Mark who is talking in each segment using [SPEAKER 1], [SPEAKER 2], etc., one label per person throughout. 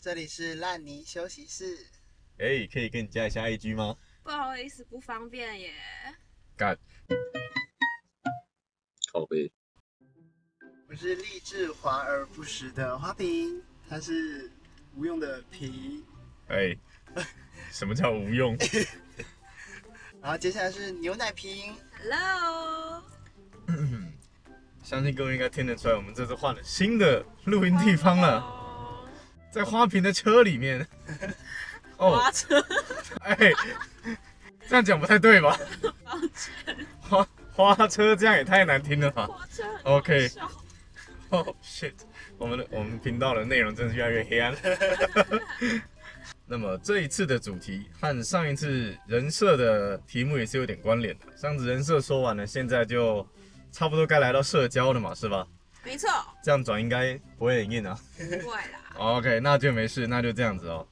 [SPEAKER 1] 这里是烂泥休息室。
[SPEAKER 2] 哎、可以跟你加一下 IG 吗？
[SPEAKER 3] 不好意思，不方便耶。
[SPEAKER 2] 干，
[SPEAKER 4] 靠背，
[SPEAKER 1] 我是励志华而不实的花瓶，它是无用的皮。
[SPEAKER 2] 哎、 什么叫无用？
[SPEAKER 1] 然后接下来是牛奶瓶，
[SPEAKER 3] Hello，
[SPEAKER 2] 相信各位应该听得出来，我们这次换了新的录音地方
[SPEAKER 3] 哦
[SPEAKER 2] 了，
[SPEAKER 3] 了。
[SPEAKER 2] 在花瓶的车里面。哦，
[SPEAKER 3] 花车，
[SPEAKER 2] 哎、这样讲不太对吧？花花车这样也太难听了吧？
[SPEAKER 3] 花车很
[SPEAKER 2] OK
[SPEAKER 3] 好笑
[SPEAKER 2] 哦、shit，我们的我们频道的内容真是越来越黑暗。 那么这一次的主题和上一次人设的题目也是有点关联的。上次人设说完了，现在就差不多该来到社交了嘛，是吧？
[SPEAKER 3] 没错，
[SPEAKER 2] 这样转应该不会很硬啊。
[SPEAKER 3] 不会啦。
[SPEAKER 2] OK，那就没事，那就这样子哦。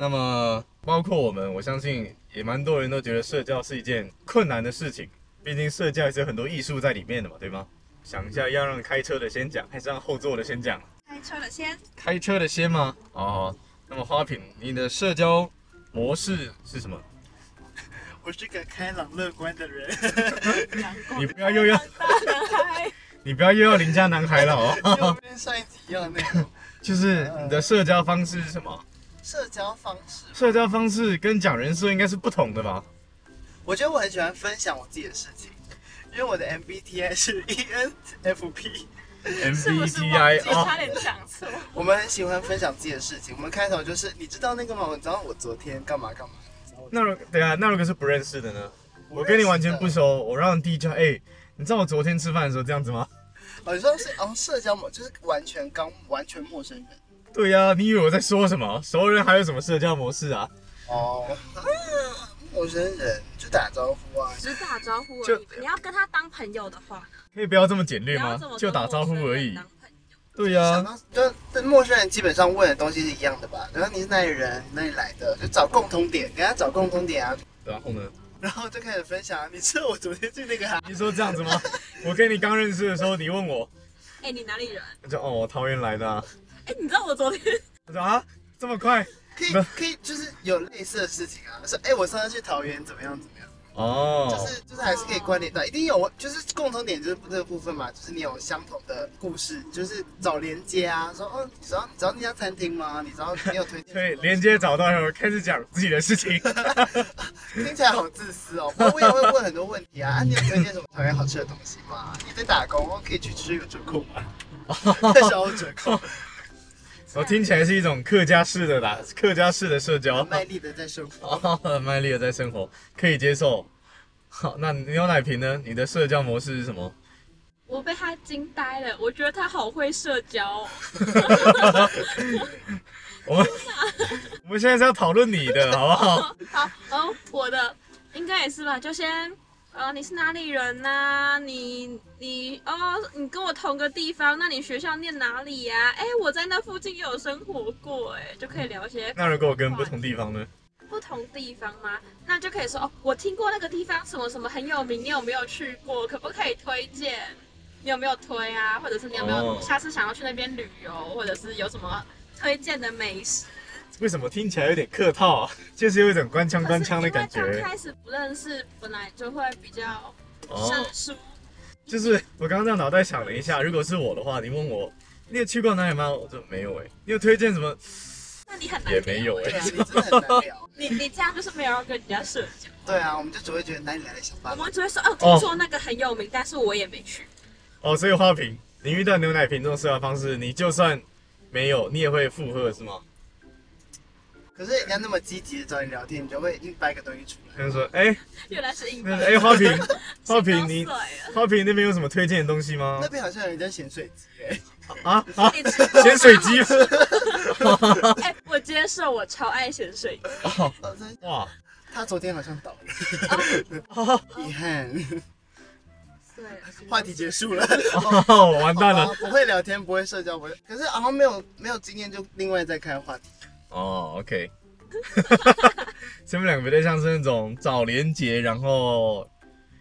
[SPEAKER 2] 那么包括我们，我相信也蛮多人都觉得社交是一件困难的事情，毕竟社交也是有很多艺术在里面的嘛，对吗？想一下，要让开车的先讲，还是让后座的先讲？
[SPEAKER 3] 开车的先，
[SPEAKER 2] 开车的先吗？哦，那么花瓶，你的社交模式是什么？
[SPEAKER 1] 我是个开朗乐观的人。 哦
[SPEAKER 2] 你不要又要
[SPEAKER 3] 大 男孩，
[SPEAKER 2] 你不要又要邻家男孩了哦，
[SPEAKER 1] 就 跟上一集一样那种
[SPEAKER 2] 就是你的社交方式是什么？
[SPEAKER 1] 社交方式。
[SPEAKER 2] 社交方式跟讲人设应该是不同的吧？
[SPEAKER 1] 我觉得我很喜欢分享我自己的事情，因为我的 MBTI 是 E ENFP，
[SPEAKER 3] 是不是忘
[SPEAKER 2] MBTI
[SPEAKER 3] 记 差点讲错？
[SPEAKER 1] 我们很喜欢分享自己的事情。我们开头就是你知道那个吗？你知道我昨天干嘛干嘛？你知道我
[SPEAKER 2] 那如等一下，那如果是不认识的呢？我跟你完全不
[SPEAKER 1] 认识
[SPEAKER 2] 熟，我让第一句话，哎、你知道我昨天吃饭的时候这样子吗？
[SPEAKER 1] 的。好像是哦，社交模就是完全刚完全陌生人。
[SPEAKER 2] 对呀、你以为我在说什么？熟人还有什么社交模式啊？
[SPEAKER 1] 哦，啊陌生人就打招呼啊。
[SPEAKER 3] 只是打招呼而
[SPEAKER 2] 就
[SPEAKER 3] 已吧。你要跟他当朋友的话，
[SPEAKER 2] 可以不要这么简
[SPEAKER 3] 不
[SPEAKER 2] 略
[SPEAKER 3] 要
[SPEAKER 2] 吗
[SPEAKER 3] 这么？
[SPEAKER 2] 就
[SPEAKER 3] 跟
[SPEAKER 2] 打招呼
[SPEAKER 3] 陌生
[SPEAKER 2] 而
[SPEAKER 3] 人啊
[SPEAKER 2] 已
[SPEAKER 3] 当。朋友
[SPEAKER 2] 对
[SPEAKER 1] 想
[SPEAKER 2] 呀、
[SPEAKER 1] 到就跟陌生人基本上问的东西是一样的吧？然后你是哪里人，哪里来的，就找共通点，给他找共通点啊，
[SPEAKER 2] 然后呢？
[SPEAKER 1] 然后就开始分享。你知道我昨天去那个啊哈
[SPEAKER 2] 你说这样子吗？我跟你刚认识的时候，你问我，
[SPEAKER 3] 哎，你哪里人？
[SPEAKER 2] 我说哦，我桃园来的、啊。
[SPEAKER 3] 哎，你知道我昨天
[SPEAKER 2] 我说啊，这么快？
[SPEAKER 1] 可以
[SPEAKER 2] 那
[SPEAKER 1] 可以，就是有类似的事情啊，说哎、我上次去桃园怎么样怎么样，
[SPEAKER 2] 哦，
[SPEAKER 1] 就是就是还是可以关联到，一定有就是共同点就是这个部分嘛，就是你有相同的故事，就是找连接啊，说哦，你知道你知道那家餐厅吗？你知道你有推荐？
[SPEAKER 2] 对，连接，找到了，开始讲自己的事情。
[SPEAKER 1] 听起来好自私哦。我我也会问很多问题啊，啊你有推荐什么桃园好吃的东西吗？你在打工，我可以去吃有折扣 吗？小有折扣，
[SPEAKER 2] 我听起来是一种客家式的啦，客家式的社交
[SPEAKER 1] 很。卖力的在生活。
[SPEAKER 2] 哦，很卖力的在生活，可以接受。好，那牛奶瓶呢？你的社交模式是什么？
[SPEAKER 3] 我被他惊呆了，我觉得他好会社交哦。
[SPEAKER 2] 我们我们现在是要讨论你的，好不好？
[SPEAKER 3] 好，哦，我的应该也是吧，就先，呃，你是哪里人呐、你你哦，你跟我同个地方，那你学校念哪里呀、哎，我在那附近也有生活过，哎，就可以聊一些
[SPEAKER 2] 那如果我跟不同地方呢？
[SPEAKER 3] 不同地方吗？那就可以说哦，我听过那个地方什么什么很有名，你有没有去过？可不可以推荐？你有没有推啊？或者是你有没有
[SPEAKER 2] 哦
[SPEAKER 3] 下次想要去那边旅游，或者是有什么推荐的美食？
[SPEAKER 2] 为什么听起来有点客套啊？就是有一种官腔官腔的感
[SPEAKER 3] 可是因为
[SPEAKER 2] 觉
[SPEAKER 3] 刚。开始不认识，本来就会比较
[SPEAKER 2] 哦，
[SPEAKER 3] 生疏。
[SPEAKER 2] 就是我刚刚在脑袋想了一下，如果是我的话，你问我你有去过哪里吗？我说没有哎、你有推荐什么？
[SPEAKER 3] 那你很难
[SPEAKER 2] 也没有
[SPEAKER 3] 聊
[SPEAKER 1] 对
[SPEAKER 2] 哎、
[SPEAKER 1] 啊，你真的很难聊。
[SPEAKER 3] 你你这样就是没有要跟人家社交，
[SPEAKER 1] 对啊，我们就只会觉得哪里来的小
[SPEAKER 3] 我
[SPEAKER 1] 巴掌。
[SPEAKER 3] 们只会说哦，听说那个很有名，但是我也没去。
[SPEAKER 2] 哦，所以花瓶，你遇到牛奶瓶这种社交方式，你就算没有，你也会附和是吗？
[SPEAKER 1] 可是人家那么积极的找你聊天，你就会硬掰个东西出 来。
[SPEAKER 2] 他说哎、
[SPEAKER 3] 原来是因
[SPEAKER 2] 那
[SPEAKER 3] 为
[SPEAKER 2] 哎、花瓶，花瓶你
[SPEAKER 3] 心都碎了
[SPEAKER 2] 花瓶那边有什么推荐的东西吗
[SPEAKER 1] 那？边好像有一家咸水鸡哎、
[SPEAKER 2] 啊啊，
[SPEAKER 3] 你吃过
[SPEAKER 2] 咸水鸡！
[SPEAKER 3] 哎，我接受，我超爱咸水鸡。
[SPEAKER 2] 哦
[SPEAKER 1] 哦真
[SPEAKER 2] 哇，
[SPEAKER 1] 他昨天好像倒了，
[SPEAKER 2] 哦
[SPEAKER 1] 遗憾。
[SPEAKER 3] 对，
[SPEAKER 1] 话题结束了，
[SPEAKER 2] 哦， 完蛋了
[SPEAKER 1] 哦。不会聊天，不会社交，不会。可是好像没有没有经验，就另外再开话题。
[SPEAKER 2] 哦，OK，前面两个比较像是那种找连结，然后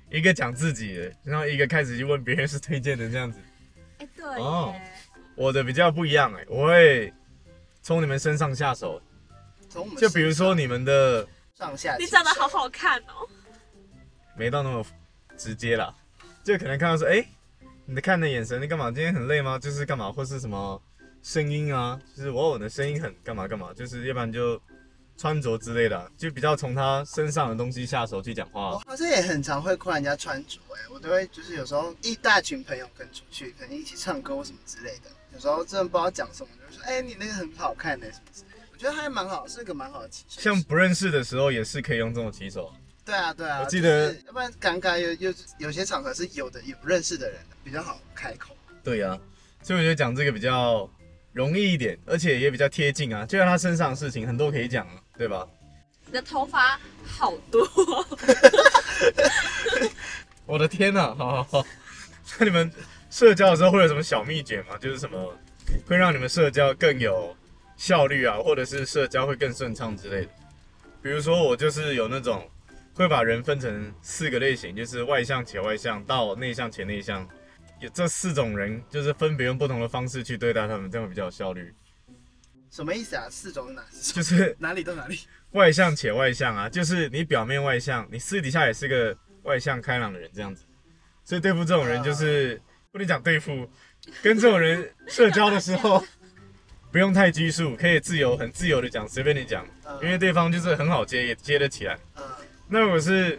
[SPEAKER 2] 一个讲自己的，然后一个开始去问别人是推荐的这样子。
[SPEAKER 3] 哎对
[SPEAKER 2] 哦
[SPEAKER 3] 耶，
[SPEAKER 2] 欸我的比较不一样哎、我会从你们身上下手，
[SPEAKER 1] 从我们
[SPEAKER 2] 就比如说你们的
[SPEAKER 1] 上下，
[SPEAKER 3] 你长得好，好看哦，
[SPEAKER 2] 没到那么直接啦，就可能看到说，哎、你的看的眼神，你干嘛？今天很累吗？就是干嘛，或是什么声音啊，就是我我的声音很干嘛干嘛，就是要不然就穿着之类的啊，就比较从他身上的东西下手去讲话。啊
[SPEAKER 1] 我好像也很常会夸人家穿着，哎，我都会就是有时候一大群朋友跟出去，可能一起唱歌或什么之类的，有时候真的不知道讲什么，就说哎、你那个很好看欸的、什么之类的，我觉得还蛮好，是个蛮好的气质。
[SPEAKER 2] 像不认识的时候也是可以用这种起手，
[SPEAKER 1] 对啊对啊，
[SPEAKER 2] 我记得
[SPEAKER 1] 就是要不然尴尬又又有些场合是有的有认识的人比较好开口。
[SPEAKER 2] 对呀、所以我觉得讲这个比较容易一点，而且也比较贴近啊，就在他身上的事情很多可以讲啊，对吧？
[SPEAKER 3] 你的头发好多，
[SPEAKER 2] 我的天呐、好好好，那你们社交的时候会有什么小秘诀吗？就是什么会让你们社交更有效率啊，或者是社交会更顺畅之类的？比如说我就是有那种会把人分成四个类型，就是外向且外向到内向且内向，有这四种人就是分别用不同的方式去对待他们，这样会比较有效率。
[SPEAKER 1] 什么意思啊？四种哪四种？
[SPEAKER 2] 就是
[SPEAKER 1] 哪里到哪里？
[SPEAKER 2] 外向且外向啊，就是你表面外向，你私底下也是个外向开朗的人这样子。所以对付这种人，就是、不能讲对付，跟这种人社交的时 候，不用太拘束，可以自由很自由的讲，随便你讲，
[SPEAKER 1] 嗯
[SPEAKER 2] 因为对方就是很好接，也接得起来。
[SPEAKER 1] 嗯，
[SPEAKER 2] 那如果是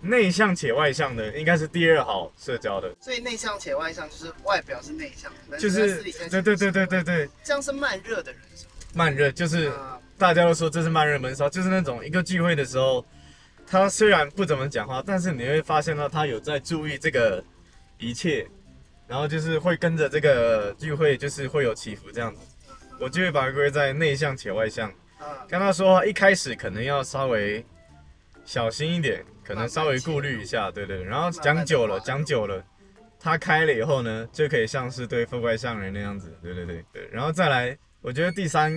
[SPEAKER 2] 内向且外向的，应该是第二好社交的，
[SPEAKER 1] 所以内向且外向就是外表是内向，但
[SPEAKER 2] 就
[SPEAKER 1] 在
[SPEAKER 2] 是
[SPEAKER 1] 呃私底下
[SPEAKER 2] 对对对对对对，
[SPEAKER 1] 这样是慢热的人是吗
[SPEAKER 2] 慢热就是。
[SPEAKER 1] 啊
[SPEAKER 2] 大家都说这是慢热闷骚，就是那种一个聚会的时候，他虽然不怎么讲话，但是你会发现到他有在注意这个一切，然后就是会跟着这个聚会，就是会有起伏这样子。我就会把它归在内向且外向。
[SPEAKER 1] 啊，
[SPEAKER 2] 跟他说话一开始可能要稍微小心一点，可能稍微顾虑一下，对对。然后讲久了，讲久了，他开了以后呢，就可以像是对富贵上人那样子，对对对对。然后再来，我觉得第三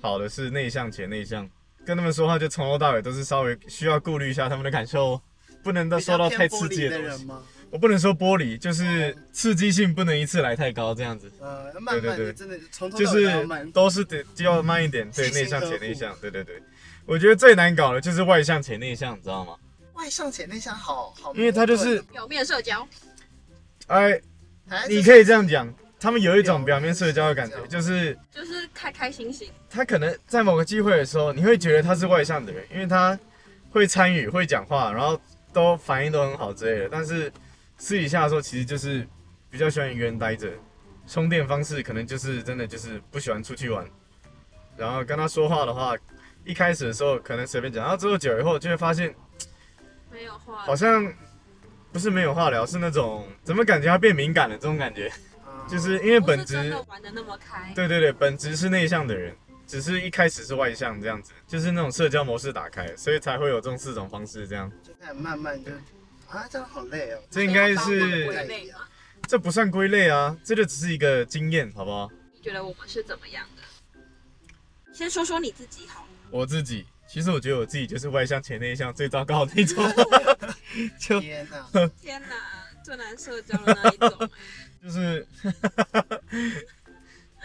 [SPEAKER 2] 好的是内向且内向，跟他们说话就从头到尾都是稍微需要顾虑一下他们的感受，哦不能都
[SPEAKER 1] 比
[SPEAKER 2] 受
[SPEAKER 1] 较
[SPEAKER 2] 到
[SPEAKER 1] 偏
[SPEAKER 2] 太
[SPEAKER 1] 玻
[SPEAKER 2] 刺
[SPEAKER 1] 璃
[SPEAKER 2] 激
[SPEAKER 1] 的
[SPEAKER 2] 的东
[SPEAKER 1] 人
[SPEAKER 2] 西。
[SPEAKER 1] 吗？
[SPEAKER 2] 我不能说玻璃，就是刺激性不能一次来太高这样子。
[SPEAKER 1] 呃，慢慢
[SPEAKER 2] 对对
[SPEAKER 1] 的，
[SPEAKER 2] 对
[SPEAKER 1] 真的从头
[SPEAKER 2] 就
[SPEAKER 1] 到尾
[SPEAKER 2] 是
[SPEAKER 1] 都要慢。
[SPEAKER 2] 都是得就要慢一点，对，
[SPEAKER 1] 细心
[SPEAKER 2] 内向且
[SPEAKER 1] 呵护
[SPEAKER 2] 内向，对对对。我觉得最难搞的就是外向且内向，你知道吗？
[SPEAKER 1] 外向且内向好好，
[SPEAKER 2] 因为他就是，
[SPEAKER 3] 表面社交，
[SPEAKER 2] 哎，
[SPEAKER 1] 还是
[SPEAKER 2] 你可以这样讲，他们有一种表面社交的感觉
[SPEAKER 1] 表，面社
[SPEAKER 2] 就是
[SPEAKER 3] 就是开开心心，
[SPEAKER 2] 他可能在某个机会的时候，你会觉得他是外向的人，因为他会参与、会讲话，然后都反应都很好之类的。但是私底下的时候，其实就是比较喜欢一个人待着，充电方式可能就是真的就是不喜欢出去玩。然后跟他说话的话，一开始的时候可能随便讲，然后之后久以后就会发现，
[SPEAKER 3] 没有话
[SPEAKER 2] 好，像不是没有话聊，是那种怎么感觉他变敏感了这种感觉，
[SPEAKER 1] 嗯
[SPEAKER 2] 就是因为
[SPEAKER 3] 不
[SPEAKER 2] 本
[SPEAKER 3] 是
[SPEAKER 2] 质
[SPEAKER 3] 真的玩的那么开，
[SPEAKER 2] 对对对，本质是内向的人，只是一开始是外向这样子，就是那种社交模式打开，所以才会有这种四种方式这样。
[SPEAKER 1] 就开始慢慢就啊，这样好累哦。
[SPEAKER 2] 这应该
[SPEAKER 3] 不
[SPEAKER 1] 对
[SPEAKER 3] 会
[SPEAKER 2] 是，
[SPEAKER 3] 累吗？
[SPEAKER 2] 这不算归类啊，这就只是一个经验，好不好？
[SPEAKER 3] 你觉得我们是怎么样的？先说说你自己好了，
[SPEAKER 2] 我自己，其实我觉得我自己就是外向且内向最糟糕的一种，就
[SPEAKER 1] 天哪，
[SPEAKER 3] 天哪，最难社交的那一 种，
[SPEAKER 2] 就是，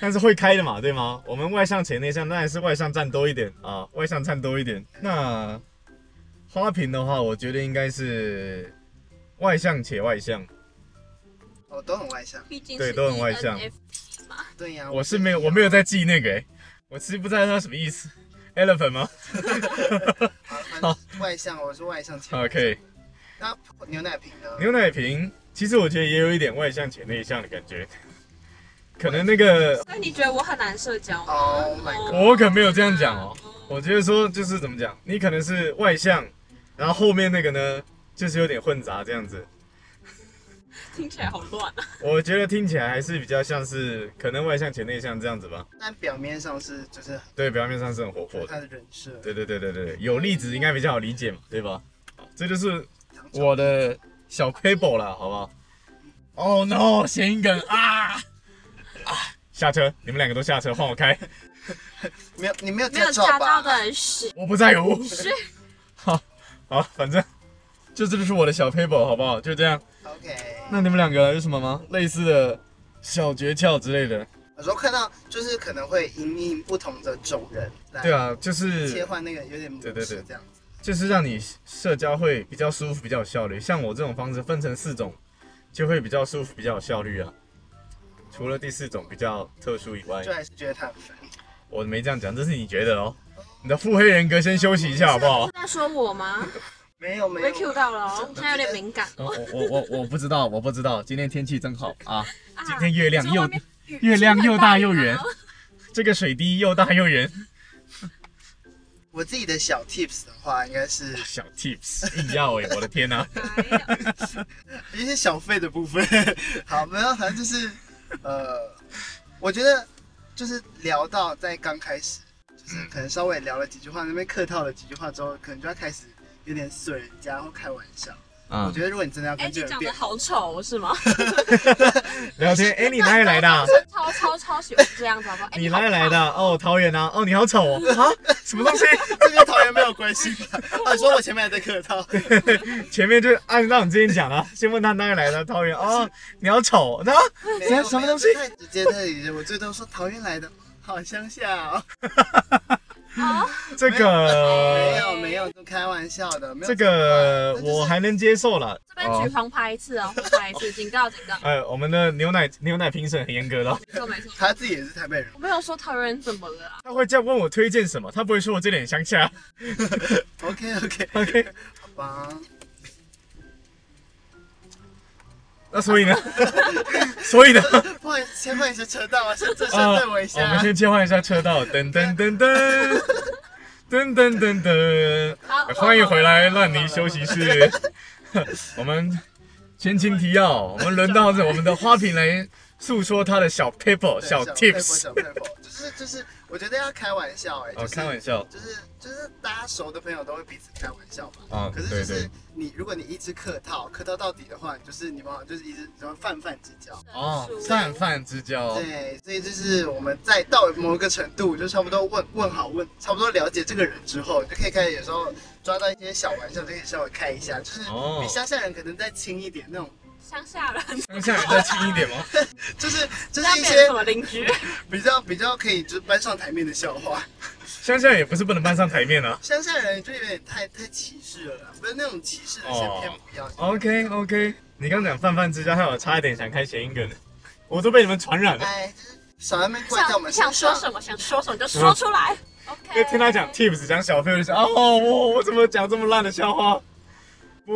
[SPEAKER 2] 但是会开的嘛，对吗？我们外向且内向，当然是外向占多一点啊，外向占多一点。那花瓶的话，我觉得应该是外向且外向。
[SPEAKER 1] 我都很外向。
[SPEAKER 3] 毕竟
[SPEAKER 2] 对
[SPEAKER 3] 是
[SPEAKER 2] 都很外向
[SPEAKER 3] ENFP 嘛，
[SPEAKER 1] 对呀，
[SPEAKER 2] 啊我是没有，我没有在记那个、欸，我其实不知道它什么意思。Elephant 吗
[SPEAKER 1] 好反正外向，我是外向且内向。
[SPEAKER 2] ？OK，
[SPEAKER 1] 那牛奶瓶呢？
[SPEAKER 2] 牛奶瓶，其实我觉得也有一点外向且内向的感觉，可能那个
[SPEAKER 3] 所以你觉得我很难社交吗？
[SPEAKER 1] Oh my god
[SPEAKER 2] 我可没有这样讲哦
[SPEAKER 3] 哦
[SPEAKER 2] 我觉得说就是怎么讲，你可能是外向，然后后面那个呢，就是有点混杂这样子。
[SPEAKER 3] 听起来好乱啊！
[SPEAKER 2] 我觉得听起来还是比较像是可能外向且内向这样子吧。
[SPEAKER 1] 但表面上是就是
[SPEAKER 2] 对，表面上是很活泼的。
[SPEAKER 1] 他的人设。
[SPEAKER 2] 对对对对对，对有例子应该比较好理解嘛，对吧？好这就是
[SPEAKER 1] 长久
[SPEAKER 2] 我的小 paper 了，好不好？Oh no，谐音梗啊啊！下车，你们两个都下车，换我开，
[SPEAKER 1] 没有你没有
[SPEAKER 3] 没
[SPEAKER 1] 驾
[SPEAKER 3] 有驾
[SPEAKER 1] 照
[SPEAKER 3] 照
[SPEAKER 1] 吧？
[SPEAKER 3] 的人是
[SPEAKER 2] 我不在乎。
[SPEAKER 3] 是
[SPEAKER 2] 好，反正就这就是我的小 paper，好不好？就这样。
[SPEAKER 1] OK，
[SPEAKER 2] 那你们两个有什么吗？类似的小诀窍之类的？
[SPEAKER 1] 有时候看到就是可能会因应不同的种人来
[SPEAKER 2] 对啊，就是
[SPEAKER 1] 切换那个有点模
[SPEAKER 2] 对对
[SPEAKER 1] 式
[SPEAKER 2] 对
[SPEAKER 1] 这样子。
[SPEAKER 2] 就是让你社交会比较舒服、比较有效率。像我这种方式分成四种，就会比较舒服、比较有效率啊。除了第四种比较特殊以外
[SPEAKER 1] 就，还是觉得他很烦。
[SPEAKER 2] 我没这样讲，这是你觉得哦。你的腹黑人格先休息一下好不好
[SPEAKER 3] 是？在说我吗？
[SPEAKER 1] 没有没
[SPEAKER 3] 被
[SPEAKER 1] 有，
[SPEAKER 3] Q 到了哦，我现在有点敏感。
[SPEAKER 2] 我我我我不知道，我不知道。今天天气真好啊！
[SPEAKER 3] 啊
[SPEAKER 2] 今天月亮
[SPEAKER 3] 你说
[SPEAKER 2] 又
[SPEAKER 3] 外面雨
[SPEAKER 2] 月亮又大又圆
[SPEAKER 3] 是不是很大
[SPEAKER 2] 这个水滴又大又圆。
[SPEAKER 1] 我自己的小 tips 的话，应该是
[SPEAKER 2] 小 tips，硬要哎、我的天呐、
[SPEAKER 3] 雨吗哎 呀
[SPEAKER 1] 一些小费的部分。好，没有，反正就是，呃，我觉得就是聊到在刚开始，就是可能稍微聊了几句话，那边客套了几句话之后，可能就要开始有点损人家或开玩笑。我
[SPEAKER 2] 啊！
[SPEAKER 1] 觉得如果你真的要
[SPEAKER 3] 哎，
[SPEAKER 1] 跟这个
[SPEAKER 3] 你
[SPEAKER 1] 人
[SPEAKER 3] 长
[SPEAKER 1] 变
[SPEAKER 3] 得，好丑是 吗？
[SPEAKER 2] 聊天，哎、你哪里来的啊、
[SPEAKER 3] 超超超喜欢这样子好不好？哎
[SPEAKER 2] 你哪里来的？啊？哦，桃园啊！哦，你好丑哦！啊，什么东西？
[SPEAKER 1] 这跟桃园没有关系吧？啊，你说我前面还在客 套，
[SPEAKER 2] 前面就按照你之前讲的，先问他哪里来的桃园哦，你好丑，然后
[SPEAKER 1] 没
[SPEAKER 2] 什
[SPEAKER 1] 有
[SPEAKER 2] 么什么东西
[SPEAKER 1] 没有太直接太直接，我最多说桃园来的，好乡下哦。
[SPEAKER 3] 好哦丑
[SPEAKER 2] 这
[SPEAKER 1] 没
[SPEAKER 2] 个
[SPEAKER 1] 有没有，都开玩笑的，没有
[SPEAKER 2] 这个
[SPEAKER 1] 这就是
[SPEAKER 2] 我还能接受了。
[SPEAKER 3] 这边举
[SPEAKER 2] 哦，
[SPEAKER 3] 红牌一次哦，红牌一次，警告警告。
[SPEAKER 2] 呃，我们的牛奶牛奶评审很严格的哦，
[SPEAKER 3] 没错没错，
[SPEAKER 1] 他自己也是台北人，
[SPEAKER 3] 我没有说桃园怎么了啊，
[SPEAKER 2] 他会这样问我推荐什么，他不会说我这点 乡下。
[SPEAKER 1] OK OK，
[SPEAKER 2] 啊 OK，
[SPEAKER 1] 好吧，
[SPEAKER 2] 那所以呢？ 所以呢？
[SPEAKER 1] 不好意思，先换一下车道啊，先这先
[SPEAKER 2] 啊
[SPEAKER 1] 对我一下
[SPEAKER 2] 我们
[SPEAKER 1] 啊。
[SPEAKER 2] 先切换一下车道，噔噔噔噔。噔噔噔噔，
[SPEAKER 3] 好
[SPEAKER 2] 欢迎回来，烂泥休息室。 我们前情提要，我们轮到这我们的花瓶来诉说他的小 paper
[SPEAKER 1] 对
[SPEAKER 2] 小 tips。
[SPEAKER 1] 小 paper，小 paper 就是就是，我觉得要开玩笑哎、
[SPEAKER 2] 哦，
[SPEAKER 1] 就是
[SPEAKER 2] 开玩笑
[SPEAKER 1] 就是就是大家熟的朋友都会彼此开玩笑嘛。
[SPEAKER 2] 啊，
[SPEAKER 1] 可是
[SPEAKER 2] 对
[SPEAKER 1] 就是
[SPEAKER 2] 对，
[SPEAKER 1] 你，如果你一直客套，客套到底的话，你就是你们好像就是一直什么泛泛之交。
[SPEAKER 2] 哦，泛泛之交，
[SPEAKER 1] 对，所以就是我们在到某一个程度，就差不多问问好问，差不多了解这个人之后，你就可以开始有时候抓到一些小玩笑，就可以稍微开一下，就是
[SPEAKER 2] 哦
[SPEAKER 1] 比乡下人可能再轻一点那种，
[SPEAKER 3] 乡下人，
[SPEAKER 2] 乡下人再轻一点吗？
[SPEAKER 1] 就是就
[SPEAKER 3] 那
[SPEAKER 1] 是一
[SPEAKER 3] 边是
[SPEAKER 1] 些
[SPEAKER 3] 什么邻居？
[SPEAKER 1] 比较比较可以就是搬上台面的笑话。
[SPEAKER 2] 乡下人也不是不能搬上台面啊。
[SPEAKER 1] 乡下人就有点太太歧视了啦，不是那种歧视的先偏不要。
[SPEAKER 3] 哦
[SPEAKER 2] OK OK，你刚讲泛泛之交，害我差一点想开谐音梗，我都被你们传染了。
[SPEAKER 1] 哎，就是少在那边怪在我
[SPEAKER 3] 想
[SPEAKER 1] 们
[SPEAKER 3] 想
[SPEAKER 1] 身
[SPEAKER 3] 说
[SPEAKER 1] 上。
[SPEAKER 3] 什么想嗯说什么就说出 来。
[SPEAKER 2] 因
[SPEAKER 3] OK，
[SPEAKER 2] 为听他讲 tips 讲小费，我就想，哦，我我怎么讲这么烂的笑话？不、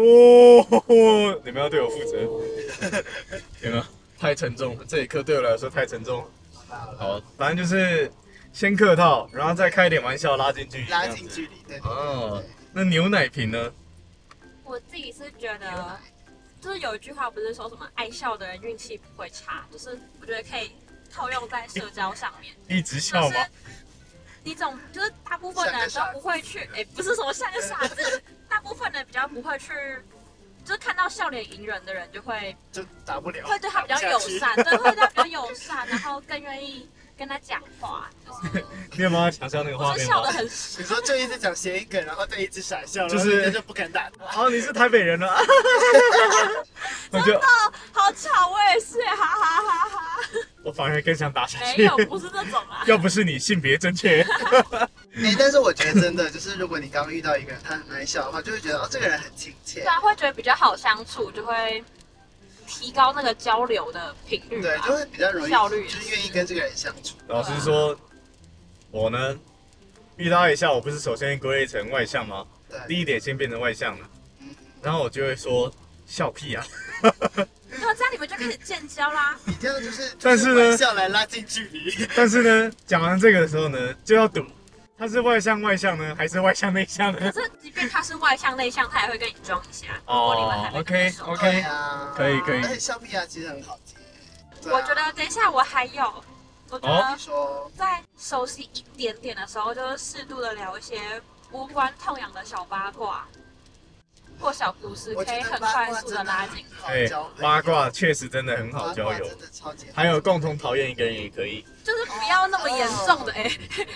[SPEAKER 2] 你们要对我负责， 有没有？太沉重，这一刻对我来说太沉重。好，反正就是先客套，然后再开一点玩笑，拉近距离。
[SPEAKER 1] 拉近距离，对对
[SPEAKER 2] 这样子。哦
[SPEAKER 1] 对，
[SPEAKER 2] 那牛奶瓶呢？
[SPEAKER 3] 我自己是觉得，就是有一句话不是说什么爱笑的人运气不会差，就是我觉得可以套用在社交上面，
[SPEAKER 2] 一直
[SPEAKER 3] 就
[SPEAKER 2] 笑
[SPEAKER 3] 是
[SPEAKER 2] 吗？
[SPEAKER 3] 你总就是大部分的人都不会去，哎、不是什么像个傻子，大部分人比较不会去。就是看到笑脸迎人的人，就会
[SPEAKER 1] 就打不了。
[SPEAKER 3] 会对他比较友善，对，会对他比较友善，然后更愿意跟他讲话。就是
[SPEAKER 2] 你有没有想象那个 画
[SPEAKER 3] 我是
[SPEAKER 2] 面
[SPEAKER 3] 笑
[SPEAKER 2] 吗
[SPEAKER 3] 得？很
[SPEAKER 1] 你说就一直讲谐音梗，然后就一直傻笑，
[SPEAKER 2] 就
[SPEAKER 1] 就是是就不敢打他。
[SPEAKER 2] 哦，你是台北人 了，我就
[SPEAKER 3] 好巧，我也是，哈哈哈哈！
[SPEAKER 2] 我反而更想打下
[SPEAKER 3] 没
[SPEAKER 2] 去
[SPEAKER 3] 有。，不是这种啊。
[SPEAKER 2] 要不是你性别 正确，
[SPEAKER 1] 哎、但是我觉得真的就是，如果你刚遇到一个人他很爱笑的话，就会觉得哦，这个人很亲切
[SPEAKER 3] 对。啊，会觉得比较好相处，就会提高那个交流的频率
[SPEAKER 1] 对，
[SPEAKER 3] 吧。
[SPEAKER 1] 就会比较容易，
[SPEAKER 3] 嗯效率
[SPEAKER 1] 就是愿意跟这个人相处。
[SPEAKER 2] 老实说，我呢遇到一下，我不是首先归类成外向吗？
[SPEAKER 1] 对，
[SPEAKER 2] 第一点先变成外向了
[SPEAKER 1] 嗯，
[SPEAKER 2] 然后我就会说笑 屁啊！
[SPEAKER 3] 那这样你们就开始建交啦。
[SPEAKER 1] 你这样就是，
[SPEAKER 2] 但是呢
[SPEAKER 1] 就是玩笑来拉近距离。
[SPEAKER 2] 但是呢，讲完这个的时候呢，就要赌他是外向外向呢，还是外向内向
[SPEAKER 3] 可
[SPEAKER 2] 呢？
[SPEAKER 3] 是即便他是外向内向，他也会跟你装一下。如果你们
[SPEAKER 2] 哦
[SPEAKER 3] 还没
[SPEAKER 2] ，OK
[SPEAKER 3] 分手
[SPEAKER 2] OK，
[SPEAKER 1] 对啊，
[SPEAKER 2] 可以可以
[SPEAKER 1] 而且笑屁啊，其实很好接。对啊
[SPEAKER 3] 我觉得等一下我还有，我觉
[SPEAKER 2] 哦
[SPEAKER 3] 得
[SPEAKER 1] 你说
[SPEAKER 3] 在熟悉一点点的时候，就是适度的聊一些无关痛痒的小八卦或小故事，
[SPEAKER 1] 我
[SPEAKER 3] 可
[SPEAKER 1] 觉
[SPEAKER 3] 以
[SPEAKER 1] 得
[SPEAKER 3] 很
[SPEAKER 1] 八
[SPEAKER 3] 快
[SPEAKER 1] 卦
[SPEAKER 3] 速
[SPEAKER 1] 真
[SPEAKER 3] 的
[SPEAKER 1] 的
[SPEAKER 3] 拉近。
[SPEAKER 1] 很好
[SPEAKER 2] 哎
[SPEAKER 1] 交朋，友
[SPEAKER 2] 八卦确实真的很好交
[SPEAKER 1] 八
[SPEAKER 2] 友
[SPEAKER 1] 卦，真的超级好。
[SPEAKER 2] 还有共同讨厌一个人也可以。
[SPEAKER 3] 就是不要那么严重的，哎、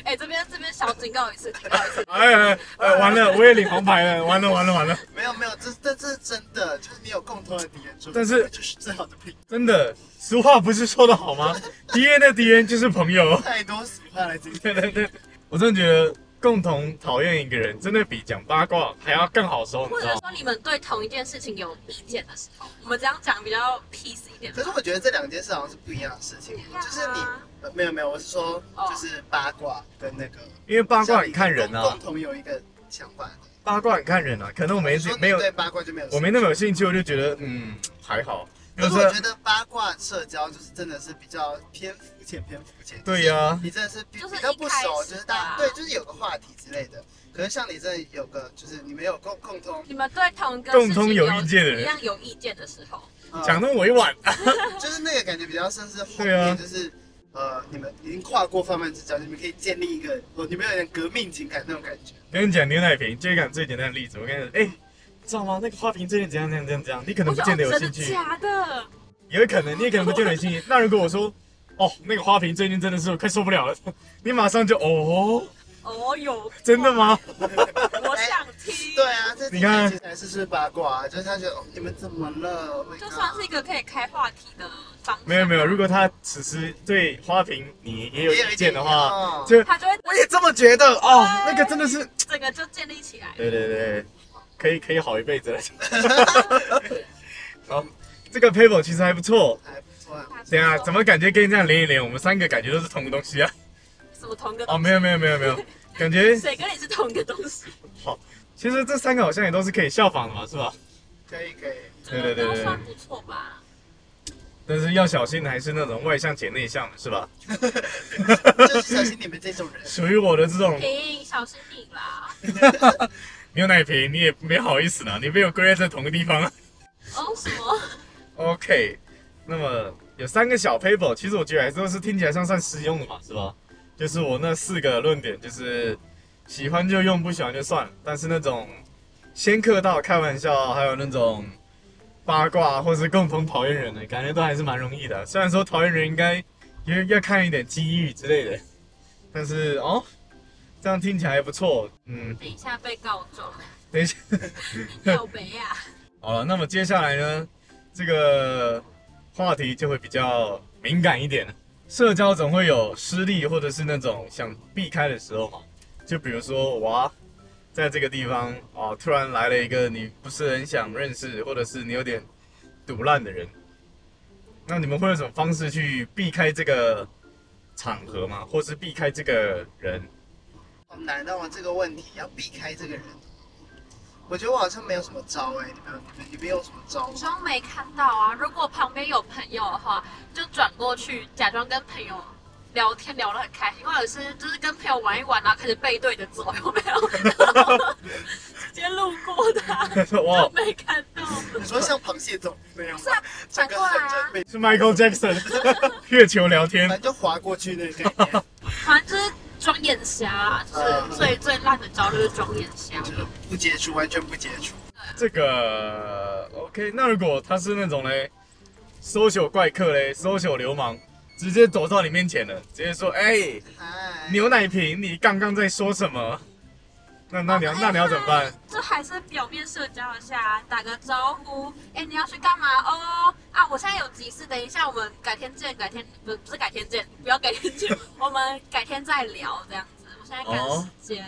[SPEAKER 3] 哎、这边这边小警警告一次，警告一次。
[SPEAKER 2] 哎哎哎，完了，我也领红牌了，完了完了完了，
[SPEAKER 1] 没有没有，这这这是真的，就是你有共同的敌人，说不定
[SPEAKER 2] 但是
[SPEAKER 1] 就是最好的朋友。
[SPEAKER 2] 真的，俗话不是说的好吗？ 敌人的敌人就是朋友。
[SPEAKER 1] 太多喜欢了，今天
[SPEAKER 2] 对对对，我真的觉得共同讨厌一个人，真的比讲八卦还要更好收，你
[SPEAKER 3] 或
[SPEAKER 2] 知
[SPEAKER 3] 者
[SPEAKER 2] 道吗？
[SPEAKER 3] 说你们对同一件事情有意见的时候，我们这样讲比较 peace 一点
[SPEAKER 1] 可。是我觉得这两件事好像是不一样的事情，
[SPEAKER 3] 啊
[SPEAKER 1] 就是你呃没有没有，我是说
[SPEAKER 3] 哦
[SPEAKER 1] 就是八卦跟那个
[SPEAKER 2] 因为八卦你看人
[SPEAKER 1] 共
[SPEAKER 2] 啊
[SPEAKER 1] 共，同有一个想法。
[SPEAKER 2] 八卦你看人啊，可能我没
[SPEAKER 1] 说你
[SPEAKER 2] 没有
[SPEAKER 1] 对八卦就没有兴趣，
[SPEAKER 2] 我没那么有兴趣，我就觉得嗯还好，
[SPEAKER 1] 可
[SPEAKER 2] 就是
[SPEAKER 1] 我
[SPEAKER 2] 是
[SPEAKER 1] 觉得八卦社交就是真的是比较偏肤浅，偏肤浅。
[SPEAKER 2] 对呀、
[SPEAKER 1] 你真的是比
[SPEAKER 3] 就是
[SPEAKER 1] 比较不熟，
[SPEAKER 3] 一开始
[SPEAKER 1] 就是大家
[SPEAKER 3] 吧
[SPEAKER 1] 对，就是有个话题之类的。可是像你这有个，就是你们有共共同
[SPEAKER 3] 你们对同一个
[SPEAKER 2] 共通
[SPEAKER 3] 事情
[SPEAKER 2] 有意见的人
[SPEAKER 3] 一样有意见的时候，
[SPEAKER 1] 呃
[SPEAKER 2] 讲那么委婉，
[SPEAKER 1] 就是那个感觉比较像是后
[SPEAKER 2] 对啊
[SPEAKER 1] 面就是、呃，你们已经跨过泛泛之交，你们可以建立一个，哦，你们有点革命情感那种感觉。
[SPEAKER 2] 跟你讲牛奶瓶，这讲最简单的例子，我跟你讲，哎、你知道吗？那个花瓶最近怎样怎样怎样怎样，你可能
[SPEAKER 3] 我
[SPEAKER 2] 不
[SPEAKER 3] 想
[SPEAKER 2] 见得有
[SPEAKER 3] 真的
[SPEAKER 2] 兴趣，
[SPEAKER 3] 假的？
[SPEAKER 2] 也有可能你也可能不见得有兴趣。那如果我说，哦，那个花瓶最近真的是我快受不了了， 你马上就哦，
[SPEAKER 3] 哦有，
[SPEAKER 2] 真的？吗？
[SPEAKER 3] 我想听。
[SPEAKER 1] 对，啊，这
[SPEAKER 2] 你看
[SPEAKER 1] 才是是八卦、啊，就是他觉得、哦、你们怎么了？Oh my
[SPEAKER 3] 就算
[SPEAKER 1] God
[SPEAKER 3] 是一个可以开话题的方式。
[SPEAKER 2] 没有没有，如果他此时对花瓶你也有
[SPEAKER 1] 也有
[SPEAKER 2] 意
[SPEAKER 1] 一
[SPEAKER 2] 见
[SPEAKER 1] 点
[SPEAKER 2] 的话，
[SPEAKER 1] 哦
[SPEAKER 2] 就
[SPEAKER 3] 他就会
[SPEAKER 2] 我也这么觉得哦，那个真的是，
[SPEAKER 3] 整个就建立起来了。
[SPEAKER 2] 对对对，可以可以好一辈子 了。好，这个 paper 其实还不错。
[SPEAKER 1] 还不错、啊。
[SPEAKER 2] 等一下，怎
[SPEAKER 3] 么
[SPEAKER 2] 么感觉跟你这样连一连，我们三个感觉都是同个东西啊？
[SPEAKER 3] 什么同一个
[SPEAKER 2] 哦，
[SPEAKER 3] 东西？
[SPEAKER 2] 没有没有没有没有，感觉
[SPEAKER 3] 谁跟你是同一个东西？
[SPEAKER 2] 其实这三个好像也都是可以效仿的嘛，是吧？
[SPEAKER 1] 可以可以，
[SPEAKER 2] 对对对对
[SPEAKER 3] 这个都算不错吧。
[SPEAKER 2] 但是要小心的还是那种外向且内向的，是吧？
[SPEAKER 1] 就是小心你们这种人。
[SPEAKER 2] 属于我的这种
[SPEAKER 3] 平，小心你啦。
[SPEAKER 2] 牛奶瓶，你也没好意思啦，你被我归类在同个地方。啊
[SPEAKER 3] 哦，什么？
[SPEAKER 2] OK，那么有三个小 paper，其实我觉得还都是听起来像算实用的嘛，是吧？就是我那四个论点，就是喜欢就用，不喜欢就算了。但是那种先客套、开玩笑，还有那种八卦或是共同讨厌人的感觉，都还是蛮容易的。虽然说讨厌人应该也要看一点机遇之类的，但是哦，这样听起来还不错。嗯，
[SPEAKER 3] 等一下被告状，
[SPEAKER 2] 等一下。
[SPEAKER 3] 有北呀。
[SPEAKER 2] 好了，那么接下来呢，这个话题就会比较敏感一点了。社交总会有失利或者是那种想避开的时候嘛，就比如说哇，在这个地方啊，突然来了一个你不是很想认识，或者是你有点堵烂的人，那你们会有什么方式去避开这个场合吗？或是避开这个人？
[SPEAKER 1] 好难哦，这个问题要避开这个人。我觉得我好像没有什么招哎、你们你们你们有什么招
[SPEAKER 3] 你
[SPEAKER 1] 吗？
[SPEAKER 3] 装没看到啊？如果旁边有朋友的话，就转过去假装跟朋友聊天，聊得很开心，或者是就是跟朋友玩一玩，啊然后开始背对着走，有没有？然后直接路过的啊、
[SPEAKER 2] 哇
[SPEAKER 3] 就，没看到。
[SPEAKER 1] 你说像螃蟹总那样吗
[SPEAKER 3] 是啊，
[SPEAKER 1] 整
[SPEAKER 3] 反
[SPEAKER 1] 个
[SPEAKER 3] 过来啊
[SPEAKER 1] 很正
[SPEAKER 2] 是 Michael Jackson 月球聊天
[SPEAKER 1] 反。正就划过去那个概念。
[SPEAKER 3] 反正就是装眼瞎，啊就是最最烂的招就是装眼瞎。
[SPEAKER 1] 就是不接触，完全不接触。
[SPEAKER 2] 这个 OK，那如果他是那种嘞，搜求怪客嘞，搜求流氓，直接走到你面前了，直接说，哎、
[SPEAKER 1] 哎，
[SPEAKER 2] 牛奶瓶，你刚刚在说什么？那那你要
[SPEAKER 3] 哦
[SPEAKER 2] 那你要怎么办？？
[SPEAKER 3] 这还是表面社交一下，打个招呼。哎，你要去干嘛哦？啊，我现在有急事，等一下我们改天见，改天不不是改天见，不要改 天见，我们改天再聊这样子。我现在赶时间，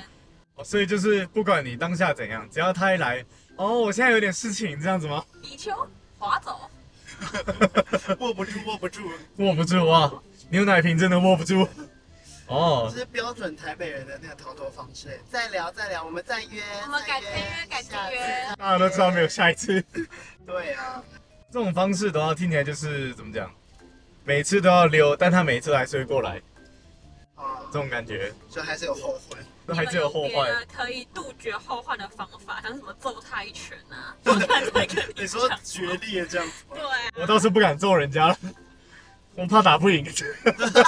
[SPEAKER 2] 哦所以就是不管你当下怎样，只要他一来，哦，我现在有点事情，这样子吗？
[SPEAKER 3] 泥鳅划走。
[SPEAKER 1] 握不住，握不住，
[SPEAKER 2] 握不住啊，牛奶瓶真的握不住。
[SPEAKER 1] 这
[SPEAKER 2] 哦，
[SPEAKER 1] 是标准台北人的那个逃脱方式。再聊，再聊，我们再约，
[SPEAKER 3] 我们改天
[SPEAKER 1] 再
[SPEAKER 3] 约，改天。
[SPEAKER 1] 下
[SPEAKER 3] 约。
[SPEAKER 2] 大家都知道没有下一次。
[SPEAKER 1] 次对啊，
[SPEAKER 2] 这种方式的话，听起来就是怎么讲，每次都要溜，但他每次还是会过来，
[SPEAKER 1] 啊
[SPEAKER 2] 这，种感觉。
[SPEAKER 1] 所以还是有后悔。
[SPEAKER 2] 那还真有后
[SPEAKER 3] 你们有别
[SPEAKER 2] 患。
[SPEAKER 3] 的可以杜绝后患的方法，像什么揍他一拳 啊，然后他再跟
[SPEAKER 1] 你
[SPEAKER 3] 你
[SPEAKER 1] 说
[SPEAKER 3] 讲
[SPEAKER 1] 决裂这样子吗
[SPEAKER 3] 对？啊，
[SPEAKER 2] 我倒是不敢揍人家了，我怕打不赢。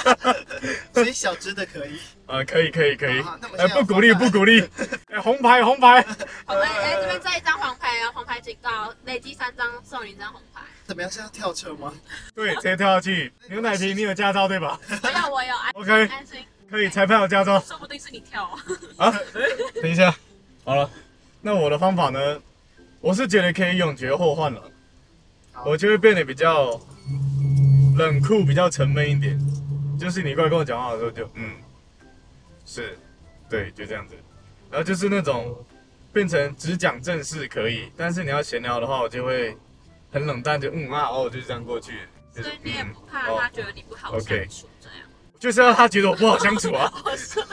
[SPEAKER 1] 所以小只的可以，
[SPEAKER 2] 啊，可以可以可以
[SPEAKER 1] 好好那我，们
[SPEAKER 2] 哎，
[SPEAKER 1] 现在
[SPEAKER 2] 不鼓励
[SPEAKER 1] 有方
[SPEAKER 2] 不
[SPEAKER 1] 案
[SPEAKER 2] 鼓励，哎，红牌红牌，
[SPEAKER 3] 好，哎哎，这边再一张黄牌啊，黄牌警告，累积三张送你一张红 牌。
[SPEAKER 1] 怎么样？是要跳车吗？
[SPEAKER 2] 对，直接跳下去。牛奶瓶，你有驾照对吧
[SPEAKER 3] 我有我有，安
[SPEAKER 2] ？OK，
[SPEAKER 3] 安心。
[SPEAKER 2] 可以裁判我加州
[SPEAKER 3] 说不定是你跳啊。
[SPEAKER 2] 啊！等一下，好了，那我的方法呢？我是觉得可以永绝后患了，
[SPEAKER 1] 好
[SPEAKER 2] 我就会变得比较冷酷，比较沉闷一点。就是你过来跟我讲话的时候就，嗯，是，对，就这样子。然后就是那种变成只讲正事可以，但是你要闲聊的话，我就会很冷淡，就嗯啊哦，就这样过去。就
[SPEAKER 3] 所
[SPEAKER 2] 是
[SPEAKER 3] 以你也
[SPEAKER 2] 嗯
[SPEAKER 3] 不怕
[SPEAKER 2] 哦
[SPEAKER 3] 他觉得你不好相处这样。
[SPEAKER 2] 就是要他觉得我不好相处啊。
[SPEAKER 3] 我说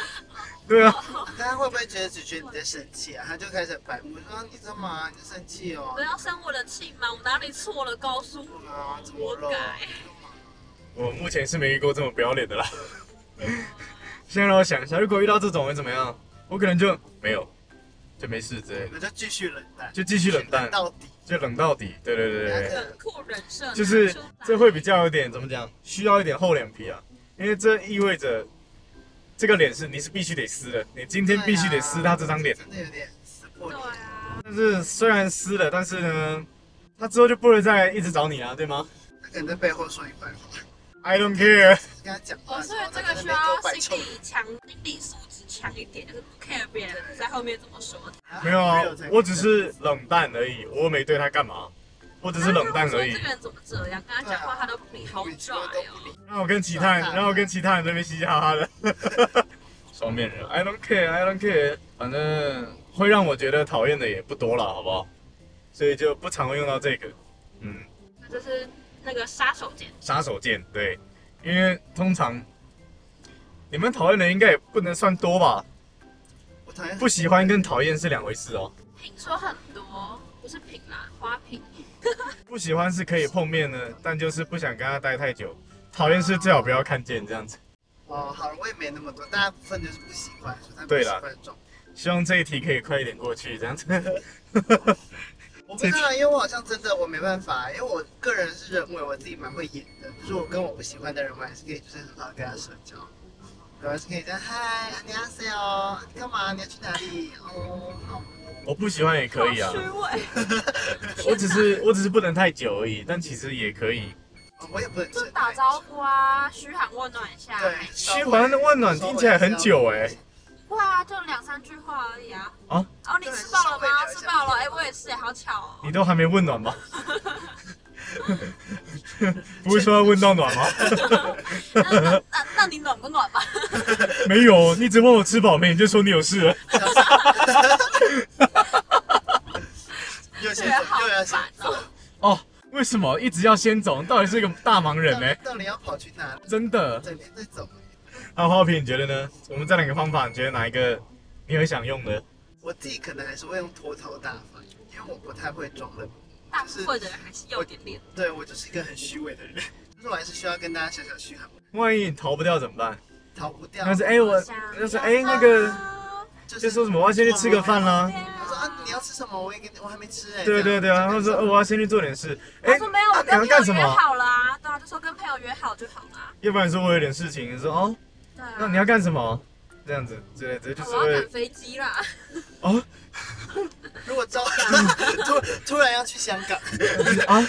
[SPEAKER 2] 对啊，
[SPEAKER 1] 他会不会觉得只觉得你在生气啊？他就开始很白目说：“你干嘛？你在生气哦
[SPEAKER 3] 不？要生我的气嘛，我哪里错了？告诉我。
[SPEAKER 1] 啊，怎么了？
[SPEAKER 3] 我
[SPEAKER 1] 你
[SPEAKER 3] 改
[SPEAKER 1] 干嘛
[SPEAKER 2] 我目前是没遇过这么不要脸的啦。先让我想一下，如果遇到这种会怎么样？我可能就没有，就没事之类
[SPEAKER 1] 我
[SPEAKER 2] 的，
[SPEAKER 1] 们就继续冷淡，
[SPEAKER 2] 就继续冷淡，
[SPEAKER 1] 到底。
[SPEAKER 2] 就冷到底。对对对对对，
[SPEAKER 3] 冷酷人设，
[SPEAKER 2] 就是
[SPEAKER 3] 拿出来
[SPEAKER 2] 这会比较有点怎么讲，需要一点厚脸皮啊，因为这意味着这个脸是你是必须得撕的，你今天必须得撕他这张脸。
[SPEAKER 1] 真的有点撕破
[SPEAKER 3] 对
[SPEAKER 1] 脸。
[SPEAKER 3] 啊，
[SPEAKER 2] 但是虽然撕了，但是呢，他之后就不能再一直找你啊，对吗
[SPEAKER 1] 他可能在背后说你坏话，
[SPEAKER 2] ？I don't care。
[SPEAKER 1] 跟他讲话
[SPEAKER 3] 哦，
[SPEAKER 1] 的时
[SPEAKER 3] 所
[SPEAKER 1] 候，
[SPEAKER 3] 以这
[SPEAKER 1] 他
[SPEAKER 3] 个
[SPEAKER 1] 在那边
[SPEAKER 3] 需
[SPEAKER 1] 给我
[SPEAKER 3] 要
[SPEAKER 1] 摆臭
[SPEAKER 3] 心
[SPEAKER 1] 脸
[SPEAKER 3] 理强、心理素质强一点，就是不 care 别人在后面怎么说。
[SPEAKER 2] 没有啊，我只。
[SPEAKER 1] 啊
[SPEAKER 2] 是冷淡而已，我没对他干嘛，我啊只是冷淡而
[SPEAKER 3] 啊他就会
[SPEAKER 2] 已
[SPEAKER 3] 说这。个人怎么这样？跟他讲话他都不理，好
[SPEAKER 1] 每次
[SPEAKER 3] 拽
[SPEAKER 1] 都
[SPEAKER 3] 哦。
[SPEAKER 1] 不理
[SPEAKER 2] 让我跟其他人，
[SPEAKER 1] 冷淡
[SPEAKER 2] 让我跟其他人在那边嘻嘻哈哈的， 双面人，I don't care，I don't care，反正会让我觉得讨厌的也不多了，好不好？所以就不常会用到这个，嗯，
[SPEAKER 3] 那这是那个杀手锏，
[SPEAKER 2] 杀手锏，对，因为通常你们讨厌的应该也不能算多吧，
[SPEAKER 1] 我讨厌
[SPEAKER 2] 不喜欢跟讨厌是两回事哦，
[SPEAKER 3] 品说很多，不是品啦，花瓶。
[SPEAKER 2] 不喜欢是可以碰面的，但就是不想跟他待太久，讨厌是最好不要看见这样子。
[SPEAKER 1] 哦，好了，我也没那么多，大部分就是不喜欢，所以他不
[SPEAKER 2] 对
[SPEAKER 1] 喜
[SPEAKER 2] 啦
[SPEAKER 1] 欢的状态。
[SPEAKER 2] 希望这一题可以快一点过去，这样子。
[SPEAKER 1] 我不知道，因为我好像真的我没办法，因为我个人是认为我自己蛮会演的，就是我跟我不喜欢的人，我还是可以就是很好地跟他社交，我还是可以这样嗨，你好谁哦，你干嘛？你要去哪里？哦，好
[SPEAKER 2] 我不喜欢也可以啊
[SPEAKER 3] 好， 虚伪。
[SPEAKER 2] 我只是我只是不能太久而已，但其实也可以。
[SPEAKER 1] 哦我也不能
[SPEAKER 3] 就是打招呼啊，嘘寒问暖一下。
[SPEAKER 1] 对，
[SPEAKER 2] 嘘寒问暖听起来很久哎、
[SPEAKER 3] 不会啊，就两三句话而已啊。
[SPEAKER 2] 啊？
[SPEAKER 3] 哦，你吃饱了吗？吃饱了，哎、我也是、好巧 哦。
[SPEAKER 2] 你都还没问暖吗？不会说要问到暖 吗？
[SPEAKER 3] 那那那那你暖不暖 吧？
[SPEAKER 2] 没有，你只问我吃饱没，你就说你有事了。
[SPEAKER 1] 又
[SPEAKER 3] 这
[SPEAKER 1] 先
[SPEAKER 3] 个人
[SPEAKER 1] 走
[SPEAKER 3] 啊好
[SPEAKER 1] 又要先
[SPEAKER 3] 烦
[SPEAKER 1] 走，
[SPEAKER 3] 哦。
[SPEAKER 2] 哦，为什么一直要先走？你到底是一个大忙人
[SPEAKER 1] 到
[SPEAKER 2] 呢、
[SPEAKER 1] 底到底要跑去哪里？
[SPEAKER 2] 真的。
[SPEAKER 1] 整天在走。
[SPEAKER 2] 那花瓶，你觉得呢？我们这两个方法，你觉得哪一个你会想用呢？
[SPEAKER 1] 我自己可能还是会用脱头大法，因为我不太会装冷漠。
[SPEAKER 3] 大部分的人还是有点脸。
[SPEAKER 1] 对我就是一个很虚伪的人，就是我还是需要跟大家小小嘘寒问暖，
[SPEAKER 2] 万一你逃不掉怎么办？
[SPEAKER 1] 逃不掉。
[SPEAKER 2] 但是哎、我就是哎、那个。
[SPEAKER 1] 就
[SPEAKER 2] 就说什么我要先去吃个饭
[SPEAKER 3] 哎
[SPEAKER 2] 啦。
[SPEAKER 1] 他说啊，你要吃什么？我也给你，我还没吃哎、
[SPEAKER 2] 对对对啊，然后
[SPEAKER 1] 他
[SPEAKER 2] 说、呃我要先去做点事。哎
[SPEAKER 3] 他说没有，我
[SPEAKER 2] 啊
[SPEAKER 3] 跟
[SPEAKER 2] 你要
[SPEAKER 3] 朋
[SPEAKER 2] 干什
[SPEAKER 3] 友约
[SPEAKER 2] 么？
[SPEAKER 3] 好了啊，对啊，就说跟朋友约好就好啦。
[SPEAKER 2] 要不然说我有点事情，你说哦，
[SPEAKER 3] 对啊，
[SPEAKER 2] 那你要干什么？这样子之类的，就是
[SPEAKER 3] 我要
[SPEAKER 2] 会
[SPEAKER 3] 赶飞机 啦，
[SPEAKER 2] 哦
[SPEAKER 1] 如果招 突突然要去香港，
[SPEAKER 2] 啊，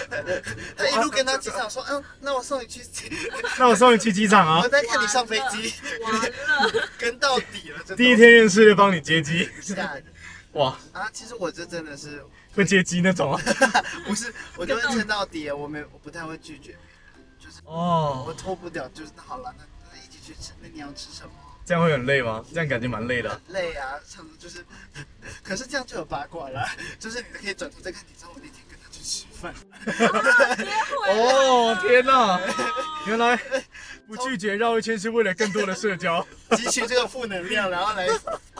[SPEAKER 1] 他一路跟他介绍说，嗯、那我送你去，
[SPEAKER 2] 那我送你去机场啊
[SPEAKER 1] 我。在看你上飞机，
[SPEAKER 3] 完了，
[SPEAKER 1] 跟到底了。真的
[SPEAKER 2] 第一天认识就帮你接机，
[SPEAKER 1] 吓人
[SPEAKER 2] 哇，
[SPEAKER 1] 啊，其实我这真的是
[SPEAKER 2] 会接机那种啊。
[SPEAKER 1] 不是，我就会撑到底，我没我不太会拒绝，就是我
[SPEAKER 2] 哦，
[SPEAKER 1] 脱不掉，就是那好了，那那一起去吃，那你要吃什么？
[SPEAKER 2] 这样会很累吗？这样感觉蛮累的啊。
[SPEAKER 1] 累啊，常常就是，可是这样就有八卦啦，就是你可以转头再看你，知道我那天跟他去吃饭，
[SPEAKER 3] 别回来
[SPEAKER 2] 哦，天哪！原来不拒绝绕一圈是为了更多的社交。
[SPEAKER 1] 汲取这个负能量，然后来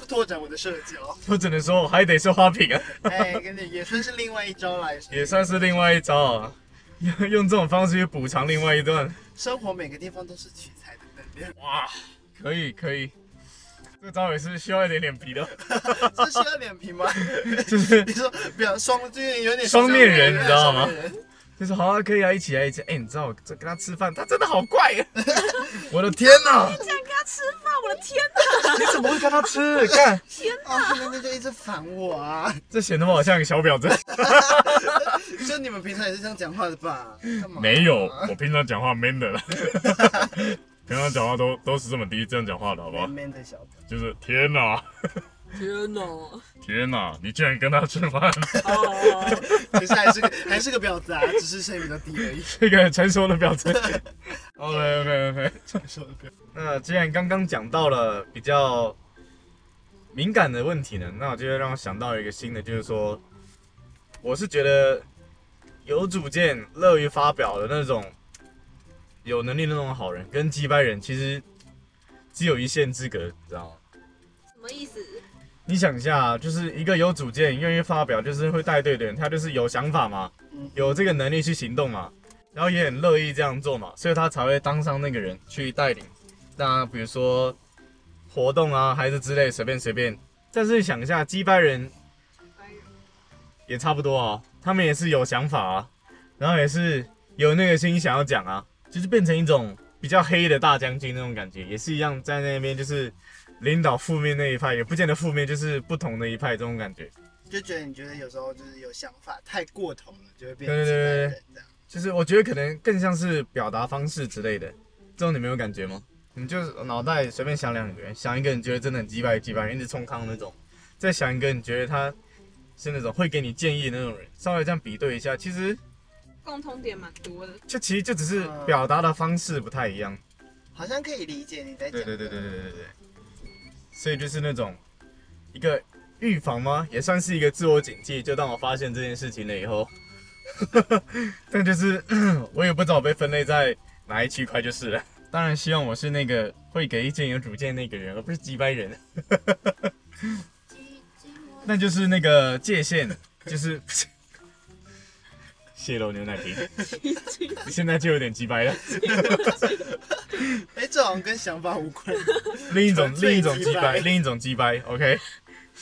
[SPEAKER 1] 拓展我的社交。
[SPEAKER 2] 我只能说，我还得是花瓶啊。
[SPEAKER 1] 哎，跟你也算是另外一招啦，也
[SPEAKER 2] 也
[SPEAKER 1] 是
[SPEAKER 2] 算是另外一招啊， 用用这种方式去补偿另外一段。
[SPEAKER 1] 生活每个地方都是取材的能量，
[SPEAKER 2] 哇，可以可以，这招也是需要一点脸皮的，
[SPEAKER 1] 这需要脸皮吗？
[SPEAKER 2] 就是
[SPEAKER 1] 你说，比较双面有点
[SPEAKER 2] 双面人你知道吗
[SPEAKER 1] 双面人
[SPEAKER 2] 就是好啊，可以啊，一起啊，一起。哎、你知道我这跟他吃饭，他真的好怪啊！ 我的天哪，
[SPEAKER 3] 竟然跟他吃饭，我的天哪！
[SPEAKER 2] 你怎么会跟他吃？看
[SPEAKER 1] 啊，那就一直烦我啊！
[SPEAKER 2] 这显得我好像个小婊子。
[SPEAKER 1] 就你们平常也是这样讲话的吧？干嘛？
[SPEAKER 2] 没有，我平常讲话 man 的了。 平常讲话都都是这么低，这样讲话的好不好
[SPEAKER 1] 绵？绵的小朋
[SPEAKER 2] 就是天哪，
[SPEAKER 3] 天哪！哦，
[SPEAKER 2] 天哪，你竟然跟他吃饭，
[SPEAKER 1] 友，其实还是个还是个婊子啊，只是声音比较低而已。
[SPEAKER 2] 这个成熟的表 情。OK OK OK。
[SPEAKER 1] 说的不要
[SPEAKER 2] 那既然刚刚讲到了比较敏感的问题呢，那我就让我想到一个新的，就是说，我是觉得有主见、乐于发表的那种有能力的那种好人，跟击败人其实只有一线之隔，你知道吗？
[SPEAKER 3] 什么意思？
[SPEAKER 2] 你想一下，就是一个有主见、愿意发表，就是会带队的人，他就是有想法嘛，
[SPEAKER 1] 嗯
[SPEAKER 2] 有这个能力去行动嘛，然后也很乐意这样做嘛，所以他才会当上那个人去带领。那比如说活动啊，还是之类，随便随便。但是想一下，击败人也差不多啊，他们也是有想法啊，然后也是有那个心想要讲啊，就是变成一种比较黑的大将军那种感觉，也是一样在那边就是领导负面那一派，也不见得负面，就是不同的一派这种感觉。
[SPEAKER 1] 就觉得你觉得有时候就是有想法太过头了，就会变
[SPEAKER 2] 对
[SPEAKER 1] 成
[SPEAKER 2] 对对对
[SPEAKER 1] 人
[SPEAKER 2] 对
[SPEAKER 1] 这样。
[SPEAKER 2] 就是我觉得可能更像是表达方式之类的，这种你们有感觉吗？你就是脑袋随便想两个人，想一个你觉得真的很击败击败，一直冲康那种，再想一个你觉得他是那种会给你建议的那种人，稍微这样比对一下，其实
[SPEAKER 3] 共通点蛮多的。
[SPEAKER 2] 就其实就只是表达的方式不太一样。
[SPEAKER 1] 好像可以理解你在讲。
[SPEAKER 2] 对对对对对对对对。所以就是那种一个预防吗？也算是一个自我警惕。就当我发现这件事情了以后， 但就是 我也不知道我被分类在哪一区块就是了。当然希望我是那个会给意见有主见那个人，而不是鸡掰人。那就是那个界限，就是 泄露牛奶瓶，你现在就有点鸡掰了。
[SPEAKER 1] 哎，这好像跟想法无关。
[SPEAKER 2] 另一种
[SPEAKER 1] 纯粹
[SPEAKER 2] 另一种
[SPEAKER 1] 鸡
[SPEAKER 2] 鸡掰，
[SPEAKER 1] 掰
[SPEAKER 2] 另一种鸡掰。OK，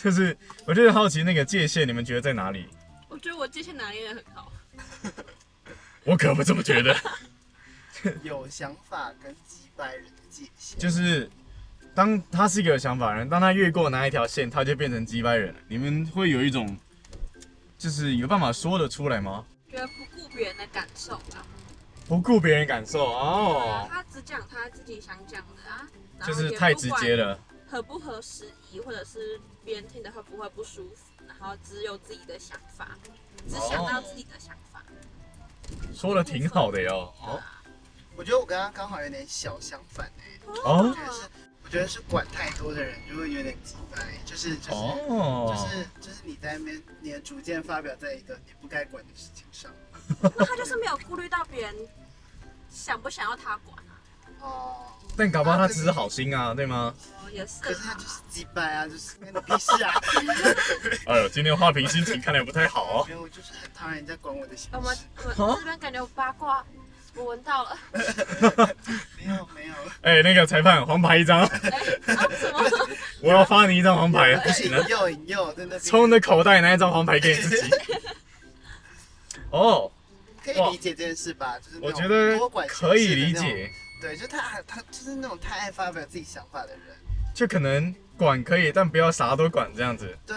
[SPEAKER 2] 就是我就是好奇那个界限，你们觉得在哪里？
[SPEAKER 3] 我觉得我界限拿捏的很好。
[SPEAKER 2] 我可不这么觉得。
[SPEAKER 1] 有想法跟击败人的界限，
[SPEAKER 2] 就是当他是一个有想法的人，当他越过哪一条线，他就变成鸡掰人了。你们会有一种，就是有办法说得出来吗？
[SPEAKER 3] 觉得不顾别人的感受吧。
[SPEAKER 2] 不顾别人感受
[SPEAKER 3] 对啊，
[SPEAKER 2] 哦，
[SPEAKER 3] 他只讲他自己想讲的啊，然
[SPEAKER 2] 就
[SPEAKER 3] 后
[SPEAKER 2] 是
[SPEAKER 3] 也
[SPEAKER 2] 太
[SPEAKER 3] 不
[SPEAKER 2] 直
[SPEAKER 3] 管
[SPEAKER 2] 接了。
[SPEAKER 3] 合不合时宜，或者是别人听的会不会不舒服，然后只有自己的想法，只想到自己的想法。
[SPEAKER 2] 说的挺好的哟。哦
[SPEAKER 1] 我觉得我跟他刚好有点小相反哎、
[SPEAKER 2] 哦
[SPEAKER 1] 我觉得是，我觉得是管太多的人就会有点击败，就是就是、就
[SPEAKER 2] 哦，
[SPEAKER 1] 是就是你在那边你的主见发表在一个你不该管的事情上。
[SPEAKER 3] 那他就是没有顾虑到别人想不想要他管啊。
[SPEAKER 1] 哦，
[SPEAKER 2] 但搞不好他只是好心啊，对吗？
[SPEAKER 3] 哦，也是
[SPEAKER 1] 可是
[SPEAKER 3] 啊
[SPEAKER 1] 他就是击败啊，就是跟你屁事啊！
[SPEAKER 2] 哎呦，今天花瓶心情看来不太好哦。
[SPEAKER 1] 没有，我就是很讨厌人家管我的心
[SPEAKER 3] 哦我们
[SPEAKER 1] 事。
[SPEAKER 3] 我
[SPEAKER 2] 哦
[SPEAKER 3] 我这边感觉有八卦，我闻到了。
[SPEAKER 1] 没有没 有，
[SPEAKER 2] 哎，那个裁判，黄牌一张。
[SPEAKER 3] 哎、啊，怎么？
[SPEAKER 2] 我要发你一张黄牌，不行啊了
[SPEAKER 1] 引，诱引诱在那边
[SPEAKER 2] 从你的口袋拿一张黄牌给你 自己。哦，
[SPEAKER 1] 可以理解这件事吧？就是那
[SPEAKER 2] 我
[SPEAKER 1] 种
[SPEAKER 2] 觉得
[SPEAKER 1] 多管闲
[SPEAKER 2] 可以
[SPEAKER 1] 事的
[SPEAKER 2] 理
[SPEAKER 1] 那种
[SPEAKER 2] 解，
[SPEAKER 1] 对，就他他就是那种太爱发表自己想法的人。
[SPEAKER 2] 就可能管可以，但不要啥都管这样子。
[SPEAKER 1] 对，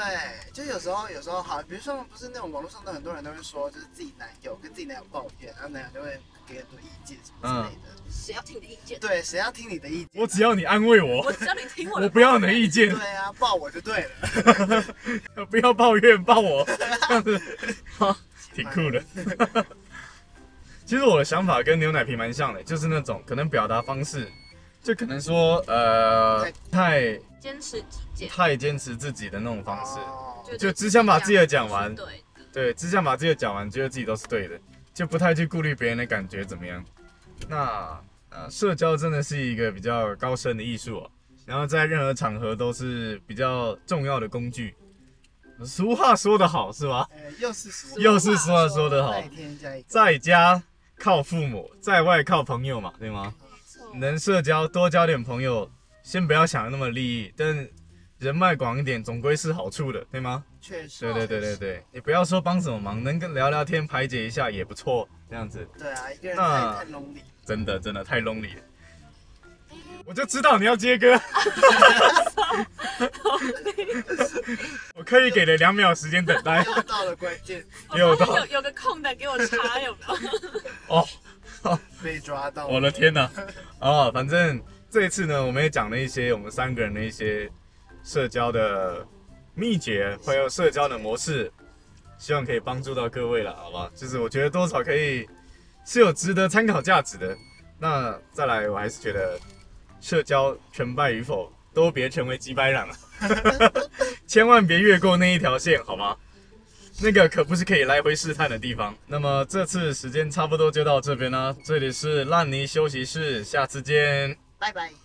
[SPEAKER 1] 就有时候有时候好，比如说不是那种网络上的很多人都会说，就是自己男友跟自己男友抱怨，然后男友就会给很多意见什么之类的。
[SPEAKER 3] 谁要听你的意见？
[SPEAKER 1] 对，谁要听你的意见啊？
[SPEAKER 2] 嗯我只要你安慰我
[SPEAKER 3] 我，只要你听我
[SPEAKER 2] 哦
[SPEAKER 3] 的。
[SPEAKER 2] 我不要你的意见，
[SPEAKER 1] 对啊，抱我就对了。
[SPEAKER 2] 不要抱怨，抱 我，这样子，好挺酷的。 其实我的想法跟牛奶瓶蛮像的，就是那种可能表达方式，就可能说呃太
[SPEAKER 3] 坚持己见，
[SPEAKER 2] 太坚持自己的那种方式。
[SPEAKER 1] 哦
[SPEAKER 3] 就
[SPEAKER 2] 就只想把自己的讲完
[SPEAKER 3] 对的，
[SPEAKER 2] 对，只想把自己的讲完，觉得自己都是对的，就不太去顾虑别人的感觉怎么样。那呃，社交真的是一个比较高深的艺术、哦，然后在任何场合都是比较重要的工具。俗话说得好，是吧？
[SPEAKER 1] 呃，又是什么？
[SPEAKER 2] 又是俗话说得好，
[SPEAKER 1] 再添加一个。
[SPEAKER 2] 在家靠父母，在外靠朋友嘛，对吗？
[SPEAKER 3] 没错。
[SPEAKER 2] 能社交多交点朋友，先不要想那么利益，但人脉广一点总归是好处的，对吗？
[SPEAKER 1] 哦确实。
[SPEAKER 2] 对对对对对，你不要说帮什么忙，能跟聊聊天排解一下也不错，这样子
[SPEAKER 1] 对啊，一个人
[SPEAKER 2] 那
[SPEAKER 1] 太太 lonely 了。
[SPEAKER 2] 真的真的太 lonely 了。我就知道你要接歌，我刻意给了两秒时间等待。
[SPEAKER 1] 又到了关键，
[SPEAKER 3] 我发
[SPEAKER 2] 哦
[SPEAKER 3] 现
[SPEAKER 2] 有道
[SPEAKER 3] 有有个空的给我插，有没有？
[SPEAKER 2] 哦，
[SPEAKER 1] 没被抓到。
[SPEAKER 2] 我的天哪！啊，反正这一次呢，我们也讲了一些我们三个人的一些社交的秘诀，还有社交的模式，希望可以帮助到各位了，好吧？就是我觉得多少可以是有值得参考价值的。那再来，我还是觉得社交成败与否都别成为鸡掰狼了，千万别越过那一条线，好吗？那个可不是可以来回试探的地方。那么这次时间差不多就到这边啦，这里是烂泥休息室，下次见。
[SPEAKER 1] 拜拜。